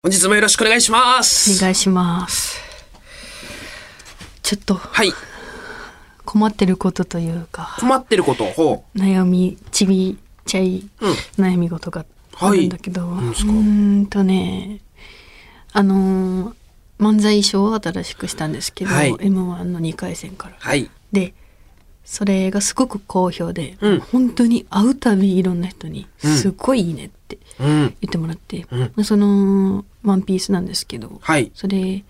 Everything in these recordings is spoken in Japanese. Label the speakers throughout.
Speaker 1: 本日もよろしくお願いします。
Speaker 2: お願いしますちょっと
Speaker 1: はい。
Speaker 2: 困ってることというか
Speaker 1: 困ってること。ほ
Speaker 2: 悩みちびちゃい
Speaker 1: うん
Speaker 2: 悩み事があるんだけど、
Speaker 1: はいなんです
Speaker 2: う
Speaker 1: か
Speaker 2: ーんとねあのー漫才賞を新しくしたんですけど、
Speaker 1: はい
Speaker 2: m 1の2回戦から
Speaker 1: う。はい。
Speaker 2: でそれがすごく好評で、
Speaker 1: うん
Speaker 2: 本当に会うたびいろんな人に「
Speaker 1: うん
Speaker 2: すごいいいね」って
Speaker 1: うん。
Speaker 2: 言ってもらって、
Speaker 1: うん
Speaker 2: まあその「ワンピースなんですけど、
Speaker 1: はい。
Speaker 2: それ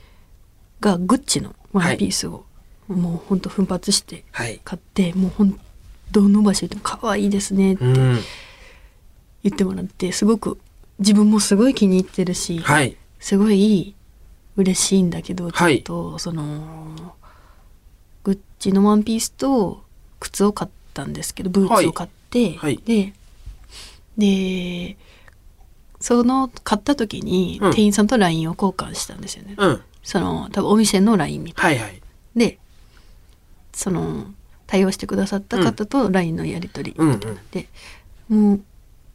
Speaker 2: がグッチのワンピースをもうほんと奮発して
Speaker 1: はい。
Speaker 2: 買って、もうほんどの場所行っても可愛いですねって
Speaker 1: うん。
Speaker 2: 言ってもらってすごく自分もすごい気に入ってるし、
Speaker 1: はい。
Speaker 2: すごいいい嬉しいんだけどちょ
Speaker 1: はい
Speaker 2: っと、そのグッチのワンピースと靴を買ったんですけどブーツを買って、
Speaker 1: はい
Speaker 2: ででその買った時に
Speaker 1: うん
Speaker 2: 店員さんと LINE を交換したんですよね。
Speaker 1: うん。
Speaker 2: その多分お店の LINE みたい
Speaker 1: はいはい。
Speaker 2: なでその対応してくださった方と LINE のやり取り
Speaker 1: うんうん。
Speaker 2: で、もう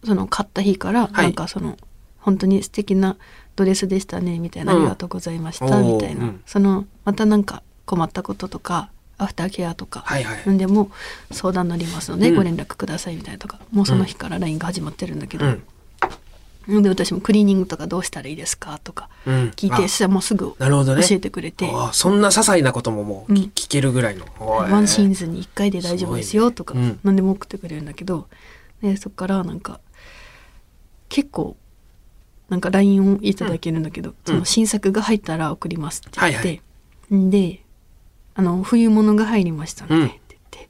Speaker 2: その買った日から
Speaker 1: い
Speaker 2: なんかその、本当に素敵なドレスでしたねみたいな、
Speaker 1: うん
Speaker 2: ありがとうございました
Speaker 1: おー
Speaker 2: みたいな、
Speaker 1: うん
Speaker 2: そのまたなんか困ったこととかアフターケアとか、
Speaker 1: はいはい
Speaker 2: 何でも相談乗りますので
Speaker 1: うん
Speaker 2: ご連絡くださいみたいなとか、もうその日から LINE が始まってるんだけ
Speaker 1: う
Speaker 2: ど、
Speaker 1: ん。
Speaker 2: で私もクリーニングとかどうしたらいいですかとか
Speaker 1: うん。
Speaker 2: 聞いてそしたらもうすぐ教
Speaker 1: あ。なるほどね。
Speaker 2: えてくれて。
Speaker 1: ああそんな些細なことももう
Speaker 2: うん
Speaker 1: 聞けるぐらいの。おい
Speaker 2: ワンシーズンに1回で大丈夫ですよとか
Speaker 1: すごいねうん
Speaker 2: 何でも送ってくれるんだけど、でそっからなんか結構なんか LINE をいただけるんだけど、その新作が入ったら送りますって言って、
Speaker 1: はい
Speaker 2: んであの冬物が入りましたので、
Speaker 1: うん
Speaker 2: って言って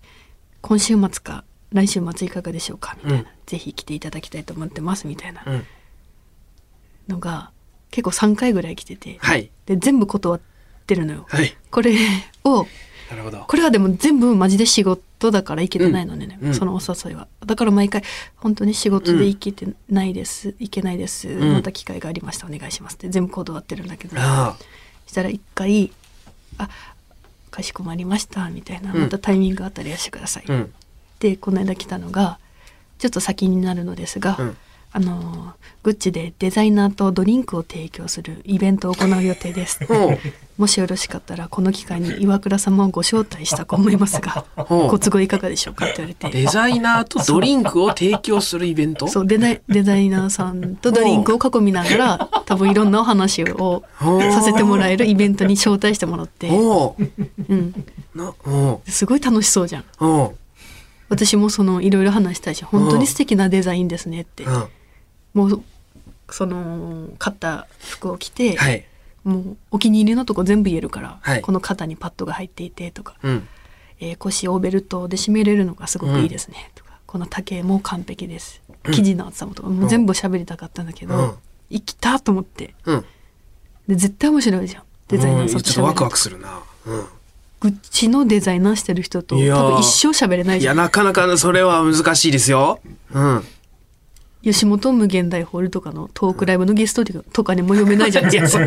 Speaker 2: 今週末か来週末いかがでしょうかみたいな、
Speaker 1: う
Speaker 2: ぜひ来ていただきたいと思ってますみたいな
Speaker 1: うん。
Speaker 2: のが結構3回ぐらい来てて、
Speaker 1: はい。
Speaker 2: で全部断ってるのよ。
Speaker 1: はい。
Speaker 2: これを
Speaker 1: なるほど。
Speaker 2: これはでも全部マジで仕事だから行けてないのでね、
Speaker 1: うん
Speaker 2: そのお誘いはだから毎回本当に仕事で行けてないです、行けないです、
Speaker 1: ん
Speaker 2: また機会がありましたお願いしますって全部断ってるんだけど
Speaker 1: あ
Speaker 2: したら一回「あかしこまりました」みたいな
Speaker 1: うん
Speaker 2: またタイミングあったらいらしてください、
Speaker 1: あ。うん。
Speaker 2: でこの間来たのがちょっと先になるのですが、
Speaker 1: うん
Speaker 2: あのグッチでデザイナーとドリンクを提供するイベントを行う予定です
Speaker 1: ほ
Speaker 2: もしよろしかったらこの機会に岩倉様をご招待したと思いますが
Speaker 1: ほう
Speaker 2: ご都合いかがでしょうかって言われ
Speaker 1: う。デ
Speaker 2: て
Speaker 1: ザイナーとドリンクを提供するイベント
Speaker 2: そうデザイデザイナーさんとドリンクを囲みながら多分いろんなお話を
Speaker 1: ほう
Speaker 2: させてもらえるイベントに招待してもらって、
Speaker 1: ほ
Speaker 2: う
Speaker 1: う。
Speaker 2: ん、
Speaker 1: な、ほ
Speaker 2: すごい楽しそうじゃん
Speaker 1: う。ほ
Speaker 2: 私もそのいろいろ話したいし本当に素敵なデザインですねって
Speaker 1: う。うん。
Speaker 2: もうその買った服を着て、
Speaker 1: はい。
Speaker 2: もうお気に入りのとこ全部言えるから、
Speaker 1: はい
Speaker 2: この肩にパッドが入っていてとか
Speaker 1: うん。
Speaker 2: えー腰をベルトで締めれるのがすごくいいですね」とか「この丈も完璧です」生地の厚さもとかもう全部喋りたかったんだけど、
Speaker 1: うん
Speaker 2: 生きたと思って
Speaker 1: うん。
Speaker 2: で絶対面白いじゃんデザイナー
Speaker 1: う
Speaker 2: さ
Speaker 1: ん
Speaker 2: ん
Speaker 1: ちょっとワクワ
Speaker 2: ク
Speaker 1: クするな。うん。
Speaker 2: グッチのデザイナーしてる人と
Speaker 1: いやー
Speaker 2: 多分一生喋れない
Speaker 1: い
Speaker 2: じゃ
Speaker 1: や、
Speaker 2: ん
Speaker 1: なかなかそれは難しいですよ。うん。
Speaker 2: 吉本無限大ホールとかのトークライブのゲストとかにも呼べないじゃん
Speaker 1: いや、そ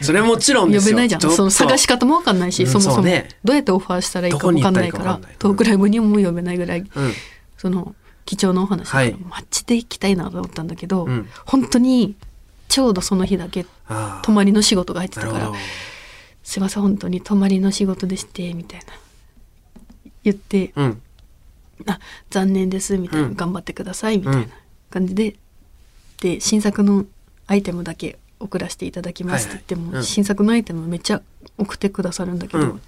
Speaker 1: それもちろん
Speaker 2: 呼
Speaker 1: です
Speaker 2: べ
Speaker 1: よ。
Speaker 2: ないじゃん
Speaker 1: ちょっと
Speaker 2: その探し方も分かんないし、
Speaker 1: うん
Speaker 2: そもそ
Speaker 1: そう
Speaker 2: も
Speaker 1: ね
Speaker 2: どうやってオファーしたらいいか
Speaker 1: どこ
Speaker 2: 分
Speaker 1: に行
Speaker 2: か
Speaker 1: っ
Speaker 2: ん
Speaker 1: た
Speaker 2: な
Speaker 1: らい
Speaker 2: い
Speaker 1: いか
Speaker 2: か
Speaker 1: 分
Speaker 2: ら
Speaker 1: かんない
Speaker 2: トークライブにも呼べないぐらい、
Speaker 1: うん。
Speaker 2: その貴重なお話だから、
Speaker 1: はい
Speaker 2: マッチで行きたいなと思ったんだけど、
Speaker 1: うん
Speaker 2: 本当にちょうどその日だけ
Speaker 1: あ
Speaker 2: 泊まりの仕事が入って
Speaker 1: あ。な
Speaker 2: た
Speaker 1: る
Speaker 2: か
Speaker 1: ほ
Speaker 2: ら
Speaker 1: ど。
Speaker 2: 「すいません本当に泊まりの仕事でして」みたいな言って
Speaker 1: うん。
Speaker 2: 「あ残念です」みたいな、
Speaker 1: うん
Speaker 2: 頑張ってください」みたい
Speaker 1: うん
Speaker 2: な感じでで新作のアイテムだけ送らせていただきますって言っても、
Speaker 1: はいはいうん
Speaker 2: 新作のアイテムめっちゃ送ってくださるんだけど、
Speaker 1: うん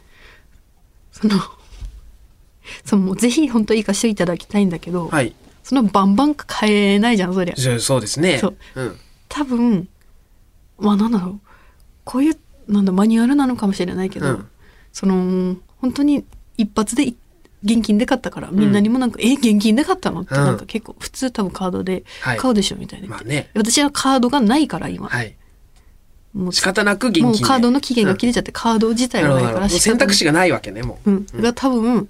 Speaker 2: その そのもうぜひ本当いいかしていただきたいんだけど、
Speaker 1: はい。
Speaker 2: そのバンバン変えないじゃんそりゃ
Speaker 1: じゃあそうですね。
Speaker 2: そう。
Speaker 1: うん。
Speaker 2: 多分まあなんだろうこういうなんだマニュアルなのかもしれないけど、
Speaker 1: うん
Speaker 2: その本当に一発でい現金で買ったからみんなにもなんか「え現金で買ったの?」って
Speaker 1: うん
Speaker 2: なんか結構普通多分カードで
Speaker 1: はい
Speaker 2: 買うでしょみたいな、
Speaker 1: まあね。
Speaker 2: 私はカードがないから今、
Speaker 1: はい。
Speaker 2: もう
Speaker 1: 仕方なく現金で。
Speaker 2: もうカードの期限が切
Speaker 1: れ
Speaker 2: れちゃって、カード自
Speaker 1: た
Speaker 2: 体がない
Speaker 1: なるほど
Speaker 2: か
Speaker 1: なるほ
Speaker 2: ら
Speaker 1: どもう選択肢がないわけね、もう。
Speaker 2: うん、が多分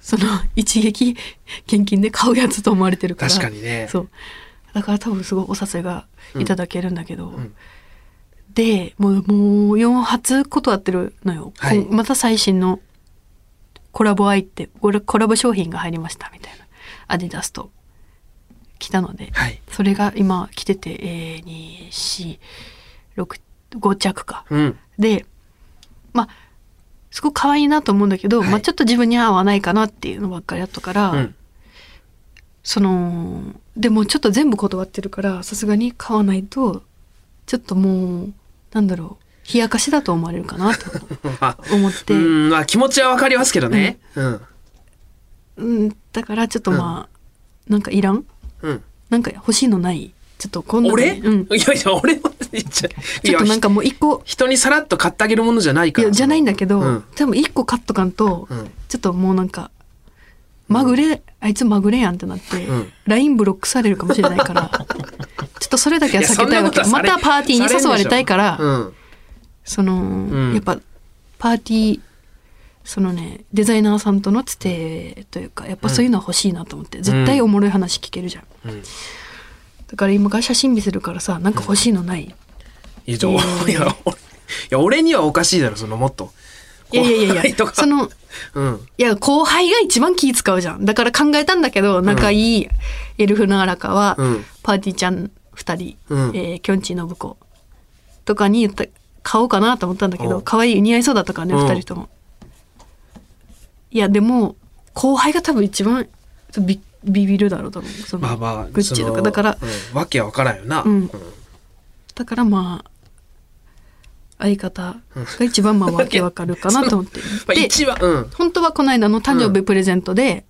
Speaker 2: その一撃現金で買うやつと思われてるから
Speaker 1: 確かにね。
Speaker 2: そうだから多分すごいお誘いがいただけるんだけど、
Speaker 1: ん
Speaker 2: でもうもう4発断ってるのよ、
Speaker 1: はい
Speaker 2: こんまた最新のコラボアイテムコラコラボ商品が入りましたみたいなアディダスと来たので、
Speaker 1: はい。
Speaker 2: それが今来てて、えー、2、4、六5着か。
Speaker 1: うん。
Speaker 2: でまあすごく可愛いなと思うんだけど、
Speaker 1: はい
Speaker 2: まあ、ちょっと自分に合わないかなっていうのばっかりだったから、
Speaker 1: うん。
Speaker 2: そのでもちょっと全部断ってるからさすがに買わないとちょっともうなんだろう冷やかしだと思われるかなと
Speaker 1: あ
Speaker 2: 思って、
Speaker 1: うん、まあ気持ちはわかりますけどね。うん。
Speaker 2: うん、だからちょっとまあ、なんかいらん
Speaker 1: うん。
Speaker 2: なんか欲しいのないちょっとこんなの
Speaker 1: 俺、
Speaker 2: ねうん、
Speaker 1: いやいや、俺は言っちゃい
Speaker 2: ちょっ
Speaker 1: や
Speaker 2: となんかもう一個
Speaker 1: 人にさらっと買ってあげるものじゃない
Speaker 2: い
Speaker 1: から。
Speaker 2: やじゃないんだけど、
Speaker 1: うん
Speaker 2: 多分一個買っとかんと、
Speaker 1: うん。
Speaker 2: ちょっともうなんかまぐれあいつまぐれやんってなって、
Speaker 1: うん
Speaker 2: LINE ブロックされるかもしれないから ちょっとそれだけは避けたいわけ
Speaker 1: いやそんな
Speaker 2: ま
Speaker 1: ことはされ
Speaker 2: たパーティーに誘われたいから、
Speaker 1: うん。
Speaker 2: その、
Speaker 1: ん
Speaker 2: やっぱパーティーそのねデザイナーさんとのつてというかやっぱそういうのは欲しいなと思って、絶対おもろい話聞けるじゃん、
Speaker 1: うん
Speaker 2: だから今から写真見せるからさなんか欲しいのない、
Speaker 1: いや、ちょいや、俺いや、俺にはおかしいだろ、そのもっと。
Speaker 2: いやいや
Speaker 1: 後輩
Speaker 2: いやい
Speaker 1: と
Speaker 2: や
Speaker 1: か
Speaker 2: その
Speaker 1: うん。
Speaker 2: いや、後輩が一番気使うじゃん。だから考えたんだけど、仲いいエルフの荒川は、
Speaker 1: うん
Speaker 2: パーティーちゃん二人、
Speaker 1: うん
Speaker 2: えーきょんちぃ信子とかに言った、買おうかなと思ったんだけ
Speaker 1: お
Speaker 2: ど、
Speaker 1: う
Speaker 2: 可愛い似合いそうだったからね、
Speaker 1: うん
Speaker 2: 二人とも。いや、でも、後輩が多分一番ビビビるだろう、多分。その
Speaker 1: まあまあ、
Speaker 2: グッチと
Speaker 1: そ
Speaker 2: か。
Speaker 1: の
Speaker 2: だから、
Speaker 1: うん、わけはわからんよな。
Speaker 2: うんだからまあ、相方が一番まあわけわかるかなと思って。
Speaker 1: まあ、
Speaker 2: で
Speaker 1: 一番、うん。
Speaker 2: 本当はこの間の誕生日プレゼントで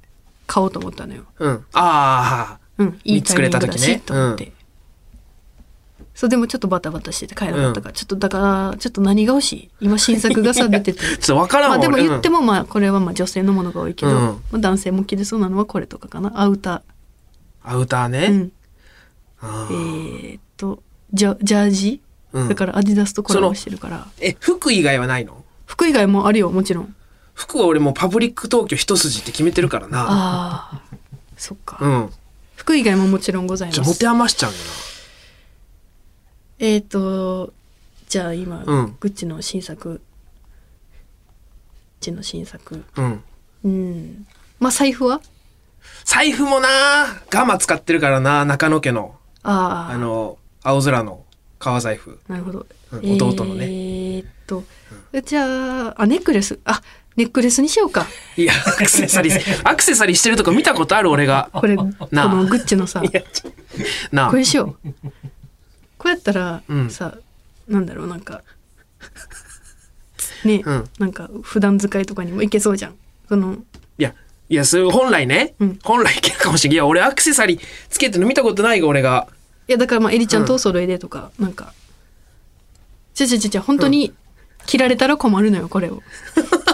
Speaker 2: 買おうと思ったのよ。
Speaker 1: うん。ああ。
Speaker 2: うん、いいタイミング
Speaker 1: 見つ
Speaker 2: だ
Speaker 1: くれ
Speaker 2: し、
Speaker 1: た時ね
Speaker 2: と思って。
Speaker 1: う
Speaker 2: そうでもちょっとバタバタしてて帰らなかったから、ちょっとだからちょっと何が欲しい今新作がさ 出てて
Speaker 1: ちょっとわからんわ
Speaker 2: まあでも言って
Speaker 1: も、
Speaker 2: もまあこれはまあ女性のものが多いけど、
Speaker 1: うん
Speaker 2: まあ男性も着れそうなのはこれとかかなアウタ
Speaker 1: うんアウターね。
Speaker 2: ー、うん、
Speaker 1: あ
Speaker 2: え
Speaker 1: ー
Speaker 2: ーっとジャジャージ、
Speaker 1: うん
Speaker 2: だからアディダスとコラボしてるから
Speaker 1: え、服以外はないの
Speaker 2: 服以外もあるよもちろん
Speaker 1: 服は俺もうパブリック東京一筋って決めてるからな。
Speaker 2: ああそっか、
Speaker 1: うん。
Speaker 2: 服以外ももちろんござい
Speaker 1: ちょ、
Speaker 2: ま
Speaker 1: 持
Speaker 2: す
Speaker 1: て余しちゃうんよ
Speaker 2: えーっとじゃあ今、
Speaker 1: うん
Speaker 2: グッチの新作グッチの新作
Speaker 1: な。うん。
Speaker 2: うん。まあ財布は
Speaker 1: 財布もなガマ使ってるからな中野家の
Speaker 2: ああ。
Speaker 1: あの青空の革財布
Speaker 2: なるほど。
Speaker 1: うん弟のね
Speaker 2: えーっと、じゃあ、あ、ネックレス。あ、ネックレスにしようか。
Speaker 1: いやアクセサリーアクセサリーしてるとこ見たことある俺が
Speaker 2: これ、こ
Speaker 1: なあ
Speaker 2: のグッチのさ
Speaker 1: い、やちょなあ
Speaker 2: これしよう。こうやったら
Speaker 1: うん
Speaker 2: さ、なんだろう、なんか、ね、
Speaker 1: うん
Speaker 2: なんか普段使いとかにもいけそうじゃん。その、
Speaker 1: いやいやそういう本来ね、
Speaker 2: うん
Speaker 1: 本来いけるかもしれんいや俺アクセサリーつけてるの見たことないが俺が
Speaker 2: いやだからまあエリちゃんとお揃いでとか、なんかちゃちゃちゃちゃ本当に切られたら困るのよこれを、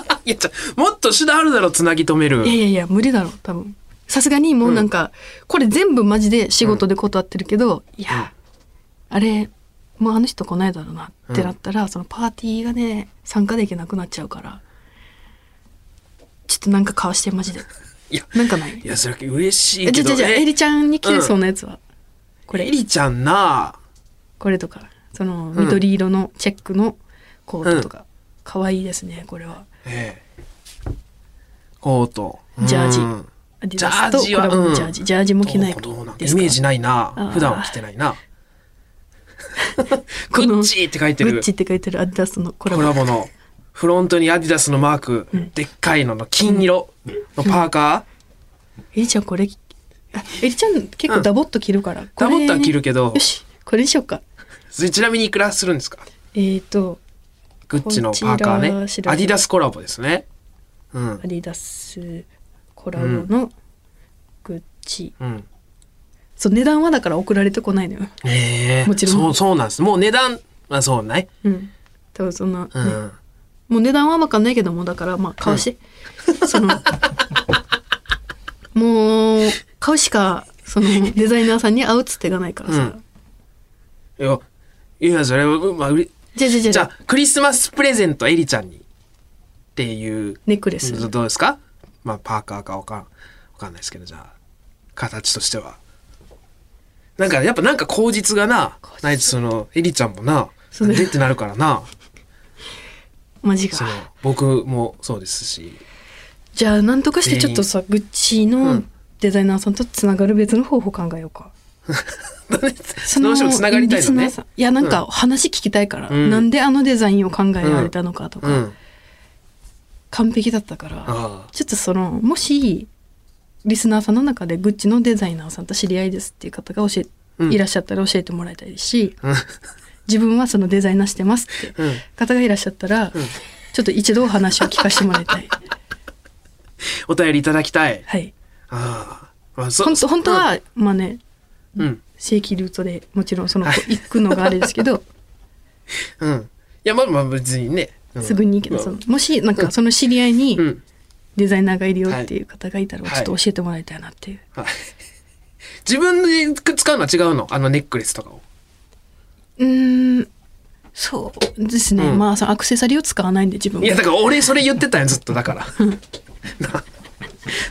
Speaker 1: あいやちょもっと手段あるだろつなぎ止める
Speaker 2: いやいやいや無理だろ多分さすがにもうなんか、これ全部マジで仕事で断ってるけど、いやあれもうあの人来ないだろうなってなったら、そのパーティーがね参加できなくなっちゃうからちょっとなんか買わしてマジで
Speaker 1: いや
Speaker 2: なんかない
Speaker 1: いやそれ嬉し
Speaker 2: え
Speaker 1: い
Speaker 2: じ
Speaker 1: け
Speaker 2: ゃ
Speaker 1: ど
Speaker 2: じゃじゃエリちゃんに着れそううなやつは、これ
Speaker 1: エリちゃんな
Speaker 2: これとかその緑色のチェックのコートとか、可愛かわいいですねこれは
Speaker 1: ええコート
Speaker 2: ジャージ
Speaker 1: うん
Speaker 2: アディ
Speaker 1: ジャ
Speaker 2: ダス
Speaker 1: ー
Speaker 2: と
Speaker 1: ジ
Speaker 2: コ
Speaker 1: は
Speaker 2: ラボ
Speaker 1: う
Speaker 2: の
Speaker 1: ん
Speaker 2: ジャージ、ジャージも着ない
Speaker 1: どうなんか
Speaker 2: で
Speaker 1: イ
Speaker 2: すか
Speaker 1: メージないな
Speaker 2: あー
Speaker 1: 普段は着てないな
Speaker 2: こ
Speaker 1: グ
Speaker 2: の
Speaker 1: ッチーって書いて
Speaker 2: グ
Speaker 1: る
Speaker 2: ッチって書いてるアディダスのコラ
Speaker 1: コ
Speaker 2: ボ
Speaker 1: ラボのフロントにアディダスのマーク、でっかいのの金色のパーカ
Speaker 2: エリちゃんこれあエリちゃん結構ダボっと着るから、これ
Speaker 1: ダボっとは着るけど
Speaker 2: よしこれにしようか
Speaker 1: ー、それちなみにいくらするんですか
Speaker 2: えっ、ー、と
Speaker 1: グッチのパーカーね
Speaker 2: こちら
Speaker 1: アディダスコラボですねうん
Speaker 2: アディダスコラボのグッチ、
Speaker 1: うん
Speaker 2: そう値段はだから送られてこないのよ
Speaker 1: ええ
Speaker 2: もちろん
Speaker 1: そうそうなんですもう値段まあそうね
Speaker 2: うん多分そんな、ね
Speaker 1: うん、
Speaker 2: もう値段は分かんないけどもだからまあ買うし、そのもう買うしかそのデザイナーさんに会うつってがないからさ、
Speaker 1: うんいやいやそれは、まあ、うれ
Speaker 2: じゃあじゃあじゃあ
Speaker 1: じゃあクリスマスプレゼントエリちゃんにっていう
Speaker 2: ネックレス、
Speaker 1: どどうですかまあパーカーかわかんわかんないですけどじゃあ形としてはなんかやっぱなんか口実がなないとそのエリちゃんもな
Speaker 2: そう
Speaker 1: なん
Speaker 2: だ
Speaker 1: でってなるからな
Speaker 2: マジ
Speaker 1: そ
Speaker 2: か
Speaker 1: の僕もそうですし
Speaker 2: じゃあなんとかしてちょっとさグッチ
Speaker 1: う
Speaker 2: の
Speaker 1: ん
Speaker 2: デザイナーさんとつながる別の方法考えようか、そ
Speaker 1: どうしても繋がりたいの
Speaker 2: リスナ
Speaker 1: ね
Speaker 2: ーさんいやなんか話聞きたいから、
Speaker 1: うん
Speaker 2: なんであのデザインを考えられたのかとか、
Speaker 1: うん
Speaker 2: 完璧だったから、
Speaker 1: あ
Speaker 2: ちょっとそのもしリスナーさんの中でグッチのデザイナーさんと知り合いですっていう方が教え、
Speaker 1: うん
Speaker 2: いらっしゃったら教えてもらいたいし
Speaker 1: あ
Speaker 2: 自分はそのデザイナーしてますって
Speaker 1: うん、うん、
Speaker 2: 方がいらっしゃったら、ちょっと一度お話を聞かせてもら いたい
Speaker 1: お便りいただきたい
Speaker 2: はい
Speaker 1: ああまあそ
Speaker 2: 本当本当は、まあね
Speaker 1: うん
Speaker 2: 正規ルートでもちろんその行くのがあれですけど、
Speaker 1: うんいやまあまあ別にね、 うん
Speaker 2: すぐに行けど、
Speaker 1: まあ
Speaker 2: そのもしなんかその知り合いに
Speaker 1: うん
Speaker 2: デザイナーがいるよっていう方がいたら
Speaker 1: はい
Speaker 2: ちょっと教えてもらいたいなっていう、
Speaker 1: はい自分で使うのは違うのあのネックレスとかを
Speaker 2: うーんそうですね、
Speaker 1: うん
Speaker 2: まあそのアクセサリーを使わないんで自分
Speaker 1: いや
Speaker 2: は
Speaker 1: だから俺それ言ってたよずっとだから な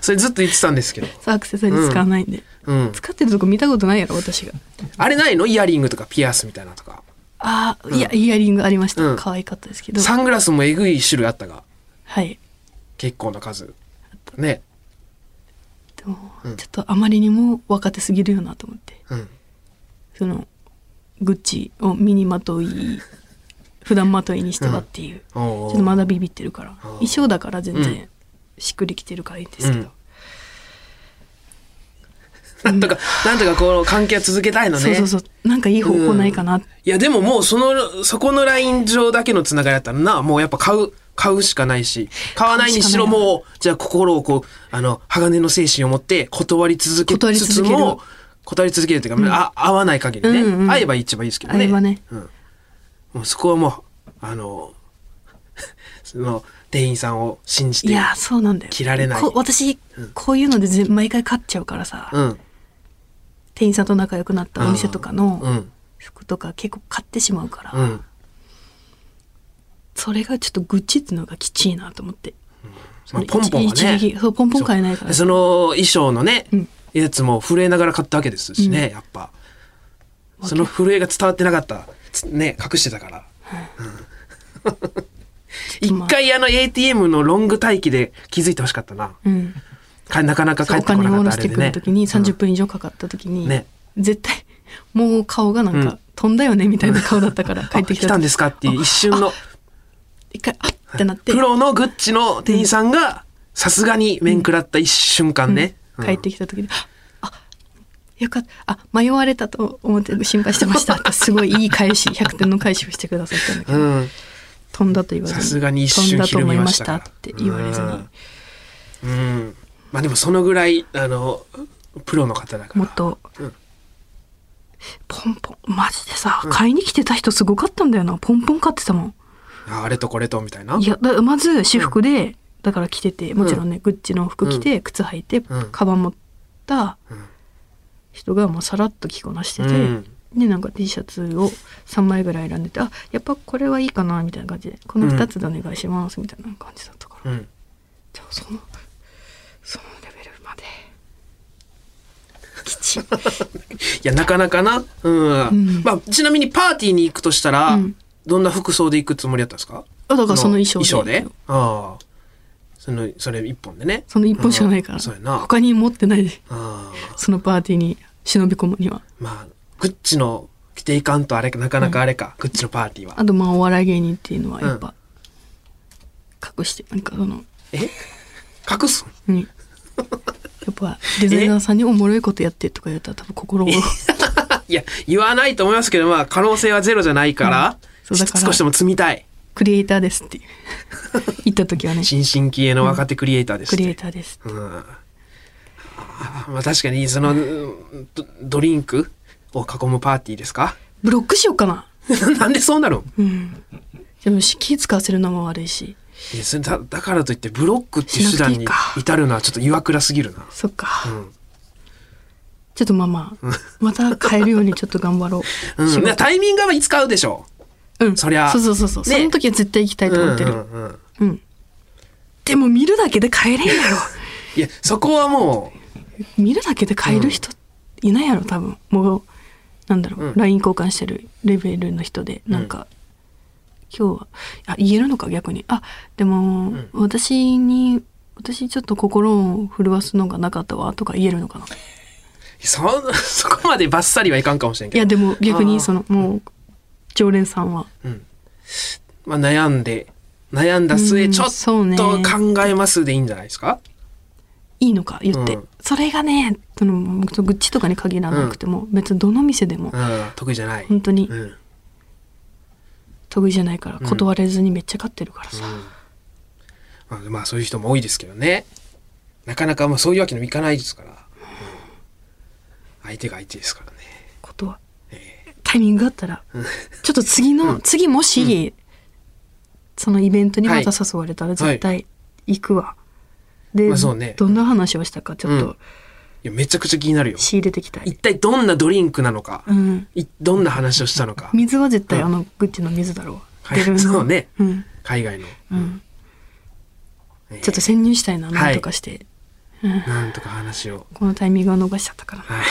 Speaker 1: それずっと言ってたんですけど、
Speaker 2: そうアクセサリー使わないんで、
Speaker 1: うん、
Speaker 2: 使ってるとこ見たことないやろ私が
Speaker 1: あれないのイヤリングとかピアスみたいなのとか
Speaker 2: ああ、いやイヤリングありました、
Speaker 1: うん
Speaker 2: 可愛かったですけど
Speaker 1: サングラスもえぐい種類あったが
Speaker 2: はい
Speaker 1: 結構な数ね
Speaker 2: でも、
Speaker 1: うん
Speaker 2: ちょっとあまりにも若手すぎるよなと思って
Speaker 1: うん
Speaker 2: そのグッチを身にまとい普段まといにしてはっていう、
Speaker 1: おうおう
Speaker 2: ちょっとまだビビってるから
Speaker 1: あー
Speaker 2: 衣装だから全
Speaker 1: うん
Speaker 2: 然しっくりきてるからいいんですけど、
Speaker 1: なんとかなんとかこの関係は続けたいのね
Speaker 2: そうそうそうなんかいい方法ないかな、
Speaker 1: いやでももうそのそこのライン上だけのつながりだったらなもうやっぱ買う買うしかないし買わないにしろ
Speaker 2: 買うしかない
Speaker 1: もうじゃあ心をこうあの鋼の精神を持って断り続け
Speaker 2: 断り
Speaker 1: つつ
Speaker 2: 続ける
Speaker 1: も断り続けるっていうか、あ合わない限りね、
Speaker 2: うんうん
Speaker 1: 会えば一番いいですけどね
Speaker 2: 会えばね
Speaker 1: うん、もうそこはもうあの その店員さんを信じて
Speaker 2: いやーそうなんだよ
Speaker 1: 着られない
Speaker 2: こ私、こういうのでぜ毎回買っちゃうからさ、
Speaker 1: うん
Speaker 2: 店員さんと仲良くなったお店とか
Speaker 1: う
Speaker 2: の
Speaker 1: ん
Speaker 2: 服とか結構買ってしまうから、
Speaker 1: うん
Speaker 2: それがちょっと愚痴っていうのがきちいなと思って、
Speaker 1: まあポンポンは
Speaker 2: 一
Speaker 1: ね
Speaker 2: 時期そうポンポン買えないから
Speaker 1: その衣装のね、
Speaker 2: うん
Speaker 1: やつも震えながら買ったわけですしね、やっぱその震えが伝わってなかったつね隠してたから、うん
Speaker 2: まあ
Speaker 1: 一回あの ATM のロング待機で気づいてほしかったな
Speaker 2: うん、
Speaker 1: かなかなか
Speaker 2: そ
Speaker 1: 帰っ
Speaker 2: うお
Speaker 1: てこ
Speaker 2: 金
Speaker 1: な
Speaker 2: を
Speaker 1: か
Speaker 2: 下
Speaker 1: ったあ
Speaker 2: ろ
Speaker 1: れ
Speaker 2: して
Speaker 1: で
Speaker 2: くる
Speaker 1: ね
Speaker 2: ときに30分以上かかったときに、
Speaker 1: ね
Speaker 2: 絶対もう顔がなん
Speaker 1: うん
Speaker 2: か飛んだよねみたいな顔だったから、帰ってき
Speaker 1: あ
Speaker 2: た
Speaker 1: たん
Speaker 2: 時
Speaker 1: ですかっていう一瞬の
Speaker 2: 一回あってなって
Speaker 1: プロのグッチの店員さんがさすがに面食らった一瞬間ね、うん
Speaker 2: 帰ってきた時に「あよかったあ迷われたと思って心配してました」 ってすごいいい返し100点の返しをしてくださったんだけ
Speaker 1: う
Speaker 2: ど、
Speaker 1: ん
Speaker 2: 飛んだと言わず
Speaker 1: さすがに一瞬
Speaker 2: 飛んだと
Speaker 1: ひる
Speaker 2: 思い
Speaker 1: み
Speaker 2: ま
Speaker 1: まし
Speaker 2: した
Speaker 1: か
Speaker 2: た
Speaker 1: ら
Speaker 2: って言われずに、
Speaker 1: うんうんまあでもそのぐらいあのプロの方だから
Speaker 2: もっと、
Speaker 1: うん
Speaker 2: ポンポンマジでさ買いに来てた人すごかったんだよなポンポン買ってたも
Speaker 1: ああれとこれとみたいなん
Speaker 2: いやだまず私服で、だから着ててもちろんね、グッチの服着て、靴履いて、
Speaker 1: うん
Speaker 2: カバン持った
Speaker 1: うん
Speaker 2: 人がもうさらっと着こなしてて、
Speaker 1: うん
Speaker 2: でなんか T シャツを3枚ぐらい選んでてあやっぱこれはいいかなみたいな感じでこの2つでお願いしますみたいな感じだったから、
Speaker 1: うん
Speaker 2: じゃあそのそのレベルまできちん
Speaker 1: いやなかなかな、うん
Speaker 2: うん
Speaker 1: まあ、ちなみにパーティーに行くとしたら、
Speaker 2: うん
Speaker 1: どんな服装で行くつもりだったんですか
Speaker 2: あだからその衣装で
Speaker 1: でああそのそれ一本でね
Speaker 2: その1本しかないから、
Speaker 1: うんそうやな
Speaker 2: 他に持ってないで
Speaker 1: ああ
Speaker 2: そのパーティーに忍び込むには
Speaker 1: まあグッチの着ていかんとあれなかなかあれか、グッチのパーティーは
Speaker 2: あとまあお笑い芸人っていうのはやっぱ隠してなんかその、
Speaker 1: え隠す
Speaker 2: うん、やっ ぱデザイナーさんにおもろいことやってとか言ったら多分心を
Speaker 1: いや言わないと思いますけどまあ可能性はゼロじゃないから,、
Speaker 2: うんそうだから
Speaker 1: 少しでも積みたい
Speaker 2: クリエイターです っていう言った時はね
Speaker 1: 新進気鋭の若手クリエイターです
Speaker 2: ク
Speaker 1: って
Speaker 2: リエイターです
Speaker 1: うんあーまあ確かにそのうんドドリンクを囲むパーティーですか
Speaker 2: ブロックしようかな
Speaker 1: なんでそうなの
Speaker 2: うんでも気使わせるのも悪いし
Speaker 1: いやそれだだからといってブロックっていう手段
Speaker 2: し
Speaker 1: に
Speaker 2: なくていいか
Speaker 1: 至るのはちょっと岩倉すぎるな。
Speaker 2: そっか、
Speaker 1: うん
Speaker 2: ちょっとまあまあまた変えるようにちょっと頑張ろう、
Speaker 1: うん、
Speaker 2: 仕
Speaker 1: いや
Speaker 2: 事
Speaker 1: タイミングはいつ買うでしょ
Speaker 2: うん
Speaker 1: そりゃ
Speaker 2: そうそうそうそう、
Speaker 1: ね
Speaker 2: その時は絶対行きた
Speaker 1: う。
Speaker 2: いと思ってる
Speaker 1: うんうんうん
Speaker 2: うん、でも見るだけで帰れんやろ
Speaker 1: いやそこはも
Speaker 2: 見るだけで帰る人いないやろ多分もうなんだろう、
Speaker 1: うん
Speaker 2: LINE 交換してるレベルの人でなんか、今日はあ言えるのか逆にあでも、
Speaker 1: ん
Speaker 2: 私に私ちょっと心を震わすのがなかったわとか言えるのかな
Speaker 1: うそんそこまでバッサリはいかんかもしれん
Speaker 2: い
Speaker 1: け
Speaker 2: や
Speaker 1: ど、
Speaker 2: でも逆
Speaker 1: あ
Speaker 2: に
Speaker 1: ー
Speaker 2: そのもう常連さんは
Speaker 1: うんまあ、悩んで悩んだ末、
Speaker 2: うん
Speaker 1: ちょっ
Speaker 2: そうね
Speaker 1: と考えますでいいんじゃないですか
Speaker 2: いいのか言って、
Speaker 1: うん
Speaker 2: それがねそのその愚痴とかに限らなくても、別にどの店でも
Speaker 1: うん、得意じゃない。
Speaker 2: 本当に
Speaker 1: うんうん
Speaker 2: 得意じゃないから
Speaker 1: うん
Speaker 2: 断れずにめっちゃ買ってるからさ、
Speaker 1: まあ、まあそういう人も多いですけどね。なかなかまあそういうわけにもいかないですから。うん相手が相手ですからね。
Speaker 2: ことはタイミングがあったら
Speaker 1: うん
Speaker 2: ちょっと次の、次もし、そのイベントにまた誘われたら絶対行くわ、で、
Speaker 1: まあそうね
Speaker 2: どんな話をしたかちょっと
Speaker 1: いやめちゃくちゃ気になるよ。
Speaker 2: 仕入れてきた
Speaker 1: 一
Speaker 2: い、
Speaker 1: 体どんなドリンクなのか、
Speaker 2: うん、
Speaker 1: いどんな話をしたのか。
Speaker 2: 水は絶対
Speaker 1: うん
Speaker 2: あのグッチの水だろう、
Speaker 1: はい
Speaker 2: 出るの
Speaker 1: そうね
Speaker 2: うん
Speaker 1: 海外の。
Speaker 2: うん
Speaker 1: えー
Speaker 2: ちょっと潜入したいな、
Speaker 1: はい
Speaker 2: なんとかして
Speaker 1: なんとか話を。
Speaker 2: このタイミングは逃しちゃったからな
Speaker 1: はい。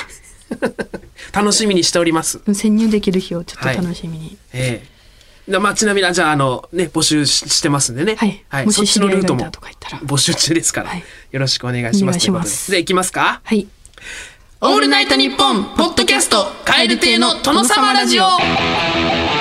Speaker 1: 楽しみにしております。
Speaker 2: でも潜入できる日をちょっと楽しみに、
Speaker 1: ええまあちなみに、じゃあ、あの、ね、募集ししてますんでね。
Speaker 2: はいも
Speaker 1: そっ
Speaker 2: し
Speaker 1: ち
Speaker 2: 知
Speaker 1: の
Speaker 2: り合
Speaker 1: ル
Speaker 2: い
Speaker 1: ート
Speaker 2: がい
Speaker 1: も
Speaker 2: たとか言ったら
Speaker 1: 募集中ですから。
Speaker 2: はい
Speaker 1: よろしくお願いします。
Speaker 2: お願いしま
Speaker 1: ということ
Speaker 2: す
Speaker 1: でじゃあ行きますか
Speaker 2: はい
Speaker 1: オールナイトニッポンポッドキャスト蛙亭の殿様ラジオ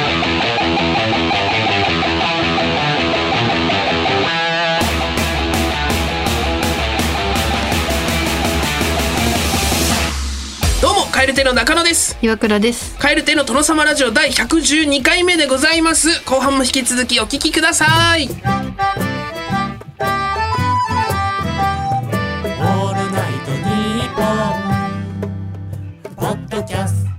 Speaker 1: どうも蛙亭の中野です
Speaker 2: 岩倉です
Speaker 1: 蛙亭の殿様ラジオ第112回目でございます後半も引き続きお聞きください
Speaker 3: オールナイトニッポン」ポッドキャスト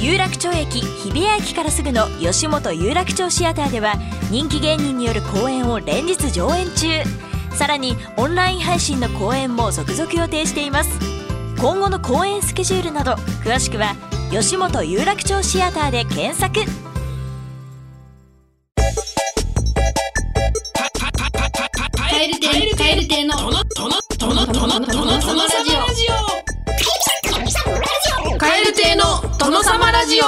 Speaker 4: 有楽町駅日比谷駅からすぐの吉本有楽町シアターでは人気芸人による公演を連日上演中さらにオンライン配信の公演も続々予定しています今後の公演スケジュールなど詳しくは吉本有楽町シアターで検索
Speaker 1: 蛙亭の殿様ラジオ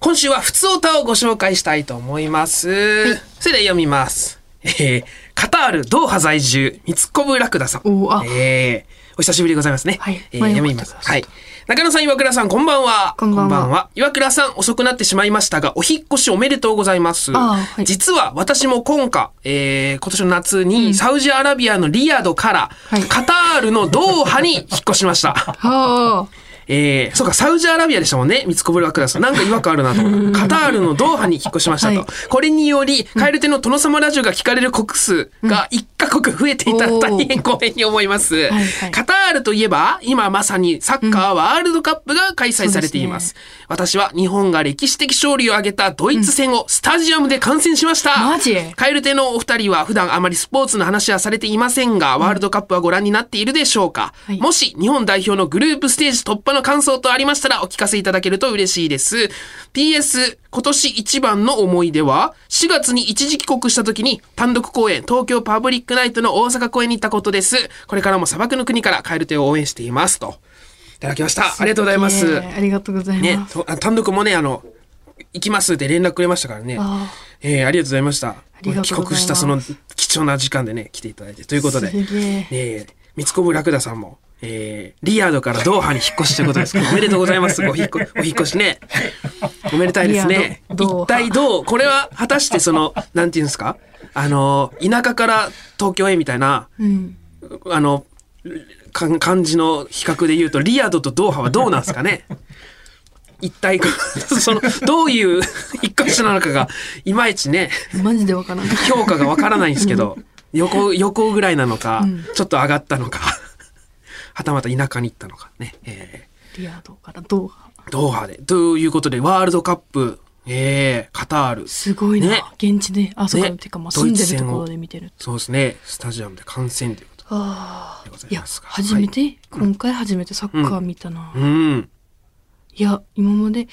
Speaker 1: 今週は普通歌をご紹介したいと思います、それでは読みます、えー、カタールドーハ在住三つこぶラクダさん
Speaker 2: おーあ
Speaker 1: えーお久しぶりでございますね。
Speaker 2: はい
Speaker 1: えー
Speaker 2: 前を
Speaker 1: 読み
Speaker 2: 向いて
Speaker 1: ま
Speaker 2: くだ
Speaker 1: す。
Speaker 2: さい
Speaker 1: はい。中野さん、岩倉さん、こんばんは。
Speaker 2: こんばんは
Speaker 1: 岩倉さん、遅くなってしまいましたが、お引っ越しおめでとうございます。
Speaker 2: あーはい
Speaker 1: 実は、私も今回、えー今年の夏に、サウジアラビアのリヤドから、
Speaker 2: はい
Speaker 1: カタールのドーハに引っ越しました。
Speaker 2: はあ
Speaker 1: えー、そうか、サウジアラビアでしたもんね、三つこぶラクダさん。なんか違和感あるなと思って。 カタールのドーハに引っ越しましたと。
Speaker 2: はい
Speaker 1: これにより、カエルテの殿様ラジオが聞かれる国数が1カ国増えていたら
Speaker 2: おー
Speaker 1: 大変光栄に思います。
Speaker 2: はいはい
Speaker 1: カタールといえば、今まさにサッカーワールドカップが開催されています。
Speaker 2: そ
Speaker 1: 私は日本が歴史的勝利を挙げたドイツ戦をスタジアムで観戦しました。
Speaker 2: マジ
Speaker 1: カエル亭のお二人は普段あまりスポーツの話はされていませんが、ワールドカップはご覧になっているでしょうか、
Speaker 2: はい
Speaker 1: もし日本代表のグループステージ突破の感想とありましたらお聞かせいただけると嬉しいです。PS、今年一番の思い出は、4月に一時帰国した時に単独公演、東京パブリックナイトの大阪公演に行ったことです。これからも砂漠の国からカエル亭を応援しています。と。いただきました。ありがとうございま
Speaker 2: え
Speaker 1: す。
Speaker 2: ーありがとうござい
Speaker 1: ね
Speaker 2: ます、、
Speaker 1: とあ単独もね、あの、行きますって連絡くれましたからね。
Speaker 2: あ
Speaker 1: えー、ありがとうございました。
Speaker 2: りがとうございます
Speaker 1: 帰国したその貴重な時間でね、来ていただいて。ということで、
Speaker 2: すげえ
Speaker 1: えー、三つこぶラクダさんも、えー、リヤードからドーハに引っ越しということですけど、お めでとうございます。お引っ越お引っ越しね。 おめでたいですね。
Speaker 2: リヤードドーハ
Speaker 1: 一体どう、これは果たしてその、なんていうんですか、あの、田舎から東京へみたいな、
Speaker 2: あうん
Speaker 1: あの、かん感じの比較で言うと、リヤードとドーハはどうなんですか ね一体こう、その、どういう引っ越しなのかが、いまいちね、
Speaker 2: マジでわからない
Speaker 1: 評価がわからないんですけど、横、横ぐらいなのか、
Speaker 2: うん
Speaker 1: ちょっと上がったのか、はたまた田舎に行ったのかね。え
Speaker 2: リアードからドーハ
Speaker 1: ードーハで。ということで、ワールドカップ、えー、カタール。
Speaker 2: すごいな、
Speaker 1: ね
Speaker 2: 現地であそうか、
Speaker 1: ね
Speaker 2: てかまあ
Speaker 1: ド
Speaker 2: 住
Speaker 1: イ
Speaker 2: ん
Speaker 1: ツ
Speaker 2: で
Speaker 1: 戦
Speaker 2: る
Speaker 1: を
Speaker 2: ところで見てる
Speaker 1: そうですね。スタジアムで観戦ということ
Speaker 2: あ
Speaker 1: でござ
Speaker 2: い
Speaker 1: い
Speaker 2: や
Speaker 1: ますが。
Speaker 2: 初め
Speaker 1: て。
Speaker 2: て、今回初めてサッカー見たな、
Speaker 1: うん。
Speaker 2: いや今まで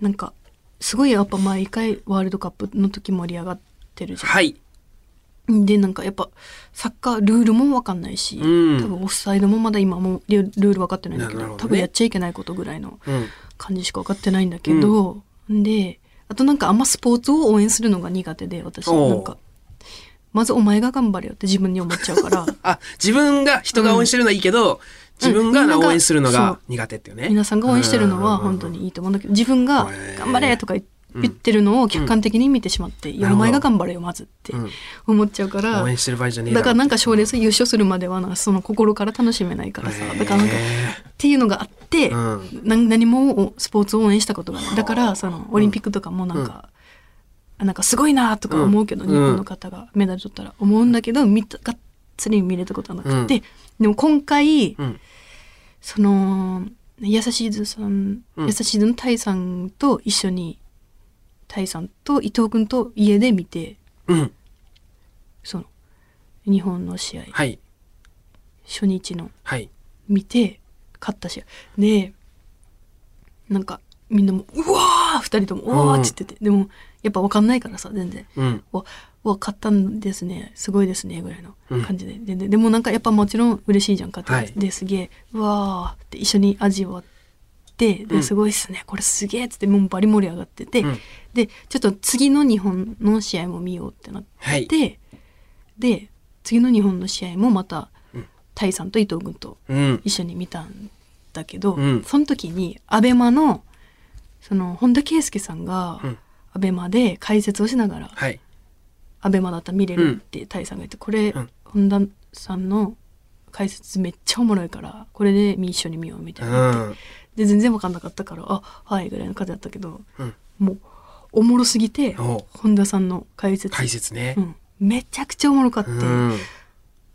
Speaker 2: なんかすごいやっぱ毎回ワールドカップの時盛り上がってるじゃん、
Speaker 1: はい。
Speaker 2: でなんかやっぱサッカールールも分かんないし、
Speaker 1: うん
Speaker 2: 多分オフサイドもまだ今もルルール分かってないんだけど
Speaker 1: なるほどね
Speaker 2: 多分やっちゃいけないことぐらいの
Speaker 1: うん。
Speaker 2: 感じしか分かってないんだけど、であとなんかあんまスポーツを応援するのが苦手で私
Speaker 1: おう
Speaker 2: なんかまずお前が頑張れよって自分に思っちゃうから
Speaker 1: あ、自分が人が応援してるのはいいけど、自分が
Speaker 2: みん
Speaker 1: な
Speaker 2: なが
Speaker 1: 応援するの
Speaker 2: そ
Speaker 1: が
Speaker 2: う
Speaker 1: 苦手っていうね。
Speaker 2: 皆さんが応援してるのは
Speaker 1: うんうんうん
Speaker 2: 本当にいいと思うんだけど自分が
Speaker 1: へー
Speaker 2: 「頑張れ!」とか言言ってるのを客観的に見てしまって「い
Speaker 1: な
Speaker 2: や
Speaker 1: るほ
Speaker 2: お
Speaker 1: ど
Speaker 2: 前が頑張れよまず」って
Speaker 1: うん
Speaker 2: 思っちゃうから
Speaker 1: 応援してる場合じゃねえ
Speaker 2: だからなんか賞レー
Speaker 1: ス
Speaker 2: ス優勝するまではなその心から楽しめないからさだからなんかっていうのがあって、
Speaker 1: うん
Speaker 2: な何もスポーツを応援したことがないだからそのオリンピックとかもなんか、なんかすごいなとか思うけど、
Speaker 1: うん
Speaker 2: 日本の方がメダル取ったら思うんだけど見たがっつり見れたことはなくて、でも今回、
Speaker 1: うん
Speaker 2: その優しいずさん、
Speaker 1: うん
Speaker 2: 優しいずのタイさんと一緒にタイさんと伊藤君と家で見て
Speaker 1: うん。
Speaker 2: その日本の試合
Speaker 1: はい。
Speaker 2: 初日の
Speaker 1: はい。
Speaker 2: 見て勝ったしでなんかみんなも「うわー!」二人とも「うわー!」っつってて、でもやっぱ分かんないからさ全然
Speaker 1: うん。
Speaker 2: 「うわうわ勝ったんですねすごいですね」ぐらいの感じで、でででもなんかやっぱもちろん嬉しいじゃん勝って、
Speaker 1: はい
Speaker 2: ですげえ「うわー!」って一緒に味わって
Speaker 1: う
Speaker 2: で
Speaker 1: ん
Speaker 2: すごいっすねこれすげえっつってもうバリ盛り上がってて、
Speaker 1: うん
Speaker 2: でちょっと次の日本の試合も見ようってなって。
Speaker 1: はい。
Speaker 2: でで次の日本の試合もまた、
Speaker 1: うん
Speaker 2: タイさんと伊藤君と
Speaker 1: うん。
Speaker 2: 一緒に見たんだけど、
Speaker 1: うん
Speaker 2: その時にアベマのその本田圭佑さんが
Speaker 1: うん
Speaker 2: アベマで解説をしながら、
Speaker 1: はい。
Speaker 2: アベマだったら見れるってタイさんが言って、これ、
Speaker 1: うん
Speaker 2: 本田さんの解説めっちゃおもろいからこれで一緒に見ようみた
Speaker 1: う
Speaker 2: いな、
Speaker 1: ん。
Speaker 2: で全然分かんなかったからあはいぐらいの感じだったけど
Speaker 1: うん。
Speaker 2: もうおもろすぎて
Speaker 1: おう
Speaker 2: 本田さんの解説
Speaker 1: 解説ね
Speaker 2: う。ん、めちゃくちゃおもろかった、
Speaker 1: うん。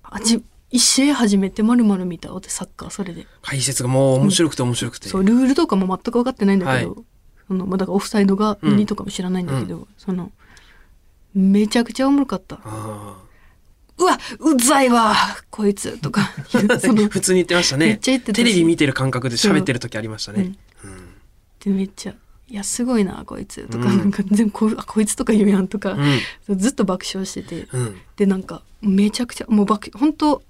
Speaker 2: あじ一試合始めてまるまる見たってサッカーそれで
Speaker 1: 解説がもう面白くて面白くて。
Speaker 2: そうルールとかも全く分かってないんだけど、
Speaker 1: は
Speaker 2: そのまあだからオフサイドが
Speaker 1: うん
Speaker 2: 2とかも知らないんだけど、そのめちゃくちゃおもろかった
Speaker 1: あ
Speaker 2: 「うわうざいわこいつ」とか そ
Speaker 1: あ。
Speaker 2: の
Speaker 1: 普通に言ってましたね。
Speaker 2: めっちゃ言ってたし
Speaker 1: テレビ見てる感覚で喋ってる時ありましたね。
Speaker 2: でめっちゃ「いやすごいなこいつ」とか、
Speaker 1: うん
Speaker 2: なんか全部こうあこいつ」とか言うやんとか
Speaker 1: う、ん。
Speaker 2: ずっと爆笑してて、
Speaker 1: うん。
Speaker 2: でなんかめちゃくちゃもう爆本当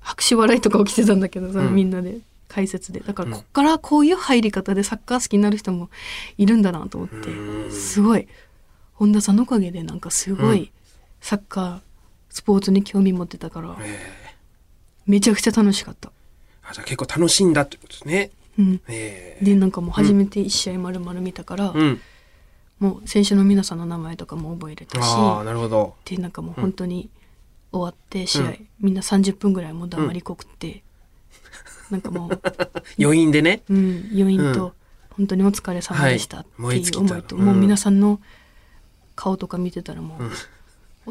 Speaker 2: 拍手笑いとか起きてたんだけどさ、
Speaker 1: うん
Speaker 2: みんなで解説でだから
Speaker 1: うん
Speaker 2: こっからこういう入り方でサッカー好きになる人もいるんだなと思って、
Speaker 1: うん
Speaker 2: すごい本田さんのおかげでなんかすご
Speaker 1: う
Speaker 2: いサッカースポーツに興味持ってたから、
Speaker 1: え
Speaker 2: めちゃくちゃ楽しかった。
Speaker 1: えあ、じゃあ結構楽しんだってことですね。
Speaker 2: うん
Speaker 1: ええ。
Speaker 2: でなんかもう初めて1試合丸々見たから、
Speaker 1: うん。
Speaker 2: もう選手の皆さんの名前とかも覚えれたし
Speaker 1: ああ、なるほど。
Speaker 2: でなんかもう本当に終わって試合、みんな30分ぐらいもう黙りこくって、なんかもう、
Speaker 1: 余韻でね。
Speaker 2: うん、余韻
Speaker 1: うん
Speaker 2: と本当にお疲れ様でしたって
Speaker 1: はい燃え
Speaker 2: い
Speaker 1: 尽き
Speaker 2: う
Speaker 1: た
Speaker 2: 思いと、
Speaker 1: うん
Speaker 2: もう皆さんの顔とか見てたらもう、